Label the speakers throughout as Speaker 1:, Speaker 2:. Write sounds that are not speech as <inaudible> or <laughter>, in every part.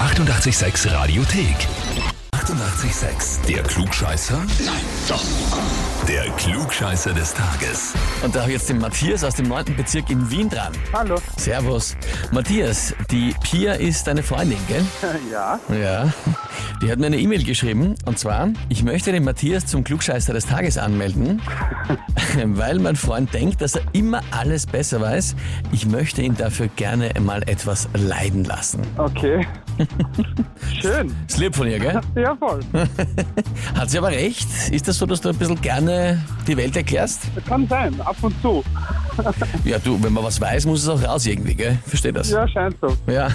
Speaker 1: 886 Radiothek. 88,6. Der Klugscheißer? Nein, doch. Der Klugscheißer des Tages.
Speaker 2: Und da habe ich jetzt den Matthias aus dem 9. Bezirk in Wien dran.
Speaker 3: Hallo.
Speaker 2: Servus. Matthias, die Pia ist deine Freundin, gell?
Speaker 3: <laughs> Ja,
Speaker 2: Ja. Die hat mir eine E-Mail geschrieben und zwar, ich möchte den Matthias zum Klugscheißer des Tages anmelden, <laughs> weil mein Freund denkt, dass er immer alles besser weiß. Ich möchte ihn dafür gerne mal etwas leiden lassen.
Speaker 3: okay. Schön.
Speaker 2: Ist lieb von ihr, gell?
Speaker 3: Ja, voll.
Speaker 2: Hat sie aber recht? Ist das so, dass du ein bisschen gerne die Welt erklärst?
Speaker 3: Das kann sein, ab und zu.
Speaker 2: Ja, du, wenn man was weiß, muss es auch raus irgendwie, gell? Versteh das.
Speaker 3: Ja, scheint so.
Speaker 2: Ja.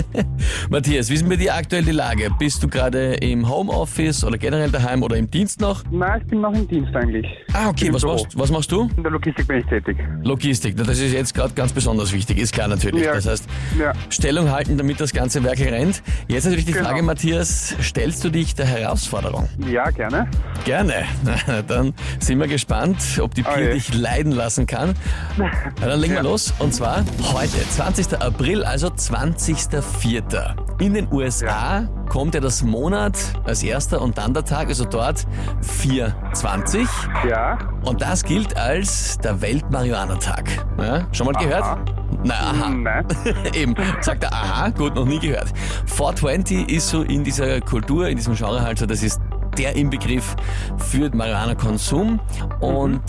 Speaker 2: <laughs> Matthias, wie ist denn bei dir aktuell die Lage? Bist du gerade im Homeoffice oder generell daheim oder im Dienst noch?
Speaker 3: Na, ich bin noch im Dienst eigentlich.
Speaker 2: Ah, okay,
Speaker 3: Im
Speaker 2: was
Speaker 3: Büro.
Speaker 2: machst, was machst du?
Speaker 3: In der Logistik bin ich tätig.
Speaker 2: Logistik, na, das ist jetzt gerade ganz besonders wichtig, ist klar natürlich.
Speaker 3: Ja.
Speaker 2: Das heißt,
Speaker 3: Ja.
Speaker 2: Stellung halten, damit das ganze Werkel rennt. Jetzt natürlich die
Speaker 3: Genau.
Speaker 2: Frage, Matthias, stellst du dich der Herausforderung?
Speaker 3: Ja, gerne.
Speaker 2: Gerne. <laughs> Na, Dann sind wir gespannt, ob die Pia
Speaker 3: Oh je.
Speaker 2: dich leiden lassen kann. Na, dann legen wir los. Und zwar heute, 20. April, also 20.04. In den USA kommt ja das Monat als erster und dann der Tag, also dort 420.
Speaker 3: Ja,
Speaker 2: Und das gilt als der Welt-Marihuana-Tag. Ja, schon mal gehört? Na, aha.
Speaker 3: nein.
Speaker 2: <laughs> Eben, sagt er, aha, gut, noch nie gehört. 420 ist so in dieser Kultur, in diesem Genre halt so, das ist der Inbegriff für den Marihuana-Konsum. Und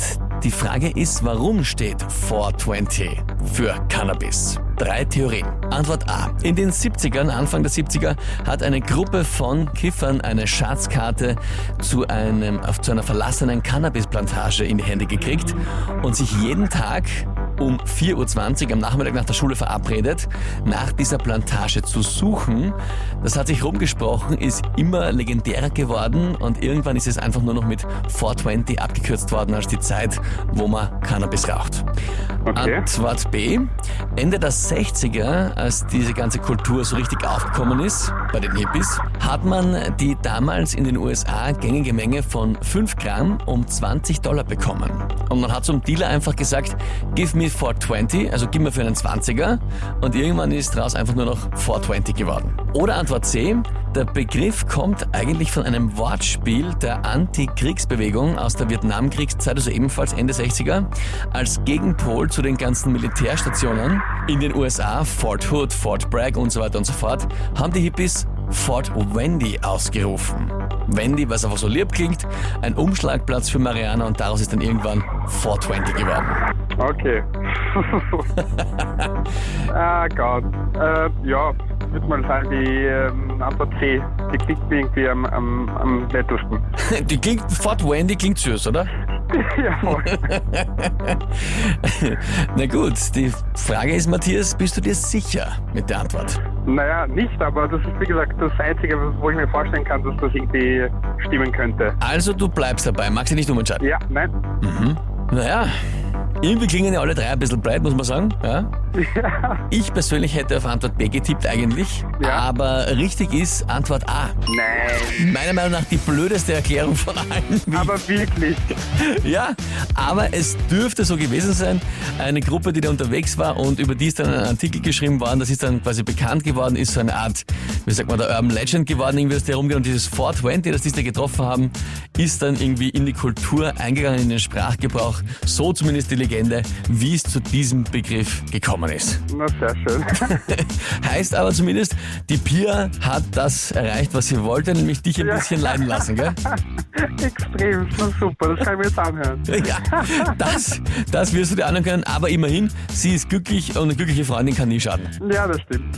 Speaker 2: die Frage ist, warum steht 420 für Cannabis? Drei Theorien. Antwort A. In den 70ern, Anfang der 70er, hat eine Gruppe von Kiffern eine Schatzkarte zu, einem, auf- zu einer verlassenen Cannabisplantage in die Hände gekriegt und sich jeden Tag um 4.20 Uhr am Nachmittag nach der Schule verabredet, nach dieser Plantage zu suchen. Das hat sich rumgesprochen, ist immer legendärer geworden und irgendwann ist es einfach nur noch mit 420 abgekürzt worden als die Zeit, wo man Cannabis raucht.
Speaker 3: Okay.
Speaker 2: Antwort B. Ende der 60er, als diese ganze Kultur so richtig aufgekommen ist, bei den Hippies, hat man die damals in den USA gängige Menge von 5 Gramm um 20 Dollar bekommen. Und man hat zum Dealer einfach gesagt, give me 420, also gib mir für einen 20er. Und irgendwann ist daraus einfach nur noch 420 geworden. Oder Antwort C. Der Begriff kommt eigentlich von einem Wortspiel der Antikriegsbewegung aus der Vietnamkriegszeit, also ebenfalls Ende 60er, als Gegenpol zu den ganzen Militärstationen in den USA, Fort Hood, Fort Bragg und so weiter und so fort, haben die Hippies Fort Wendy ausgerufen. Wendy, weil es einfach so lieb klingt, ein Umschlagplatz für Mariana und daraus ist dann irgendwann Fort Wendy geworden. <laughs>
Speaker 3: Okay. ah Gott. Äh, ja, würde mal sagen, die ähm, Antwort C, die klingt mir irgendwie am, am, am nettesten. <laughs>
Speaker 2: Die klingt, Fort Wendy klingt süß, oder? <laughs>
Speaker 3: Jawohl.
Speaker 2: Na gut, die Frage ist, Matthias, bist du dir sicher mit der Antwort?
Speaker 3: Naja, nicht, aber das ist wie gesagt das Einzige, wo ich mir vorstellen kann, dass das irgendwie stimmen könnte.
Speaker 2: Also du bleibst dabei, magst dich nicht umentscheiden.
Speaker 3: Ja, nein,
Speaker 2: Naja, irgendwie klingen ja alle drei ein bisschen breit, muss man sagen. Ja? Ich persönlich hätte auf Antwort B getippt eigentlich,
Speaker 3: Ja.
Speaker 2: aber richtig ist Antwort A.
Speaker 3: Nein,
Speaker 2: Meiner Meinung nach die blödeste Erklärung von allen.
Speaker 3: aber wirklich.
Speaker 2: Ja, aber es dürfte so gewesen sein. Eine Gruppe, die da unterwegs war und über die ist dann ein Artikel geschrieben worden, das ist dann quasi bekannt geworden, ist so eine Art, wie sagt man, der Urban Legend geworden, irgendwie, dass die herumgeht und dieses 420, das die da getroffen haben, ist dann irgendwie in die Kultur eingegangen, in den Sprachgebrauch. So zumindest die Legende, wie es zu diesem Begriff gekommen ist. <laughs>
Speaker 3: Na, sehr schön.
Speaker 2: heißt aber zumindest, die Pia hat das erreicht, was sie wollte, nämlich dich ein bisschen leiden lassen, gell?
Speaker 3: Extrem, na super, das kann ich mir jetzt anhören.
Speaker 2: <laughs> Ja, das, das wirst du dir anhören können, aber immerhin, sie ist glücklich und eine glückliche Freundin kann nie schaden. <laughs>
Speaker 3: Ja, das stimmt. <laughs>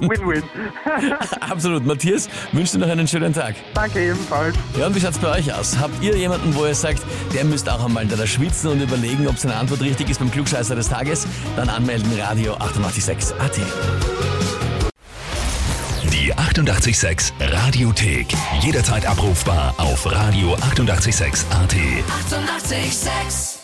Speaker 3: Win-win. <laughs>
Speaker 2: Absolut. Matthias, wünsche dir noch einen schönen Tag.
Speaker 3: Danke ebenfalls.
Speaker 2: Ja, und wie schaut's bei euch aus? Habt ihr jemanden, wo ihr sagt, der müsste auch einmal da schwitzen und überlegen, ob seine Antwort richtig ist beim Klugscheißer des Tages? Dann anmelden, Radio 886 AT.
Speaker 1: Die 88,6 Radiothek. Jederzeit abrufbar auf radio886.at. 88,6.
Speaker 4: Eighty-eight, sex.